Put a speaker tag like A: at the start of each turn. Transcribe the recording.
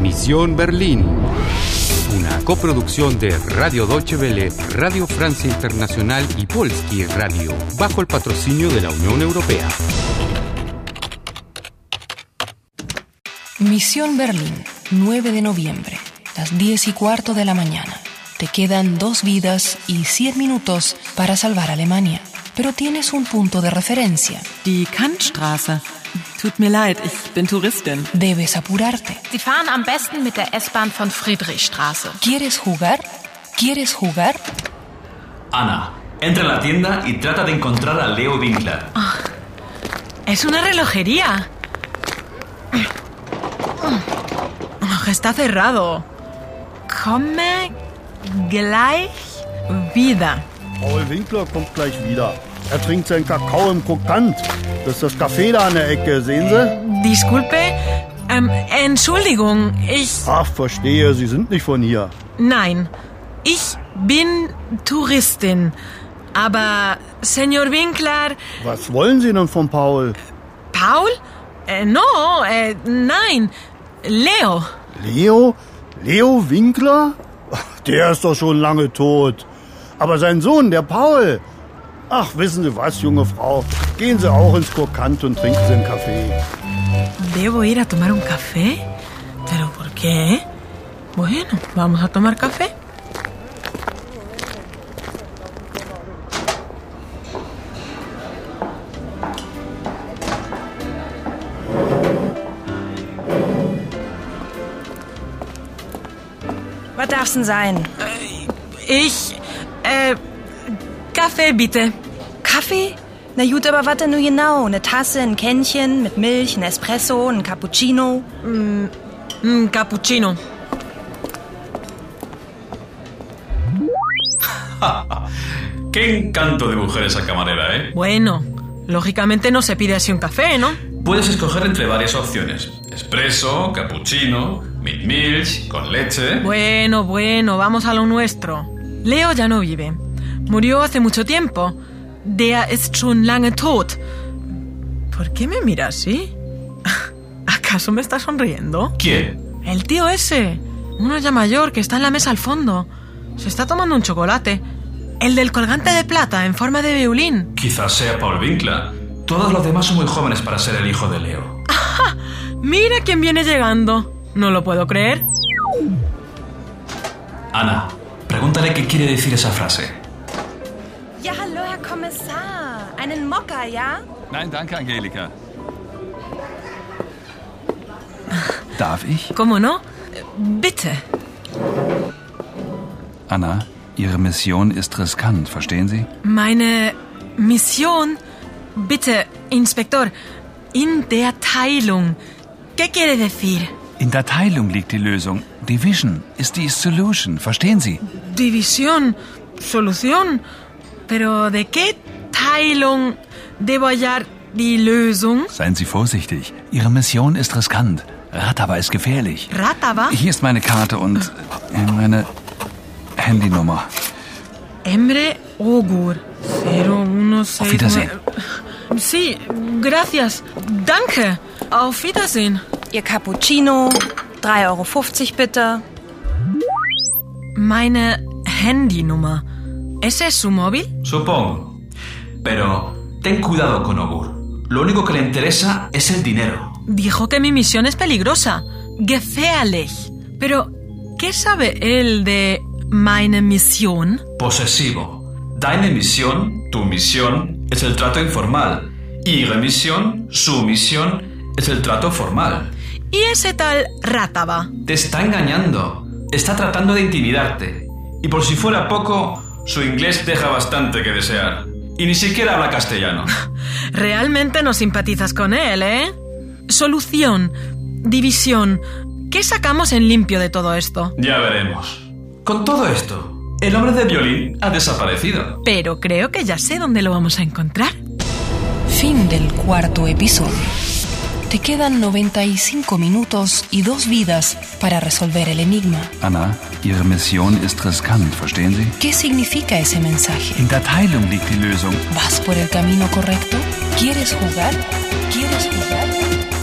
A: Misión Berlín. Una coproducción de Radio Deutsche Welle, Radio Francia Internacional y Polski Radio, bajo el patrocinio de la Unión Europea.
B: Misión Berlín, 9 de noviembre, las 10 y cuarto de la mañana. Te quedan dos vidas y 100 minutos para salvar Alemania, pero tienes un punto de referencia.
C: Die Kantstraße. Tut mir leid, ich bin Touristin.
B: Debes apurarte.
D: Sie fahren am besten mit der S-Bahn von Friedrichstraße.
B: ¿Quieres jugar? ¿Quieres jugar?
E: Ana, entra en la tienda y trata de encontrar a Leo Winkler.
D: Es una relojería. Ugh, Está cerrado. Komme gleich wieder.
F: Paul Winkler kommt gleich wieder. Er trinkt seinen Kakao im Krokant. Das ist das Café da an der Ecke, sehen Sie?
D: Disculpe. Ähm, Entschuldigung, ich.
F: Ach, verstehe, Sie sind nicht von hier.
D: Nein. Ich bin Touristin. Aber, Señor Winkler,
F: Was wollen Sie denn von Paul?
D: Paul? Äh, no, äh, nein. Leo.
F: Leo? Leo Winkler? Der ist doch schon lange tot. Aber sein Sohn, der Paul. Ach, wissen Sie was, junge Frau? Gehen Sie auch ins Krokant und trinken Sie einen Kaffee.
D: ¿Debo ir a tomar un café? ¿Pero por qué? Bueno, vamos a tomar café.
G: Was darf's denn sein?
D: Eh, Ich. Äh. Kaffee bitte.
G: Kaffee? Na gut, aber was denn nun genau? Eine Tasse, ein Kännchen mit Milch, ein Espresso, ein Cappuccino?
D: Un Mm, cappuccino.
E: ¡Qué encanto de mujer esa camarera, eh!
D: Bueno, lógicamente no se pide así un café, ¿no?
E: Puedes escoger entre varias opciones: espresso, cappuccino, mid milch, con leche.
D: Bueno, bueno, vamos a lo nuestro. Leo ya no vive. Murió hace mucho tiempo. Der ist schon lange tot. ¿Por qué me mira así? ¿Acaso me está sonriendo?
E: ¿Quién?
D: El tío ese. Uno ya mayor que está en la mesa al fondo. Se está tomando un chocolate. El del colgante de plata en forma de violín.
E: Quizás sea Paul Winkler. Todos los demás son muy jóvenes para ser el hijo de Leo.
D: Mira quién viene llegando. No lo puedo creer.
E: Ana, pregúntale qué quiere decir esa frase.
G: Ja, hallo, Herr Kommissar. Einen Mokka, ja?
H: Nein, danke, Angelika. Darf ich?
D: ¿Cómo no? Eh, Bitte.
H: Anna, Ihre Mission ist riskant, verstehen Sie?
D: Meine Mission, bitte, Inspektor, in der Teilung. ¿Qué quiere decir?
H: In der Teilung liegt die Lösung. Division ist die Solution, verstehen Sie?
D: División, solución. Pero ¿de qué Teilung debo hallar die Lösung?
H: Seien Sie vorsichtig. Ihre Mission ist riskant. Ratava ist gefährlich.
D: Ratava,
H: Hier ist meine Karte und äh, meine Handynummer.
D: Emre Ogur, 0169.
H: Auf Wiedersehen.
D: Sí, gracias. Danke. Auf Wiedersehen.
G: Ihr Cappuccino, 3,50 Euro bitte.
D: Meine Handynummer. ¿Ese es su móvil?
E: Supongo. Pero ten cuidado con Ogur. Lo único que le interesa es el dinero.
D: Dijo que mi misión es peligrosa. Gefährlich. Pero, ¿qué sabe él de meine Mission?
E: Posesivo. Deine Mission, tu misión, es el trato informal. Ihre Mission, su misión, es el trato formal.
D: Y ese tal Rataba.
E: Te está engañando. Está tratando de intimidarte. Y por si fuera poco, su inglés deja bastante que desear. Y ni siquiera habla castellano.
D: Realmente no simpatizas con él, ¿eh? Solución. División. ¿Qué sacamos en limpio de todo esto?
E: Ya veremos. Con todo esto, el hombre de violín ha desaparecido.
D: Pero creo que ya sé dónde lo vamos a encontrar.
B: Fin del cuarto episodio. Te quedan 95 minutos y dos vidas para resolver el enigma.
H: Anna, Ihre Mission ist riskant, verstehen Sie?
B: ¿Qué significa ese mensaje?
H: In der Teilung liegt die Lösung.
B: ¿Vas por el camino correcto? ¿Quieres jugar? ¿Quieres jugar?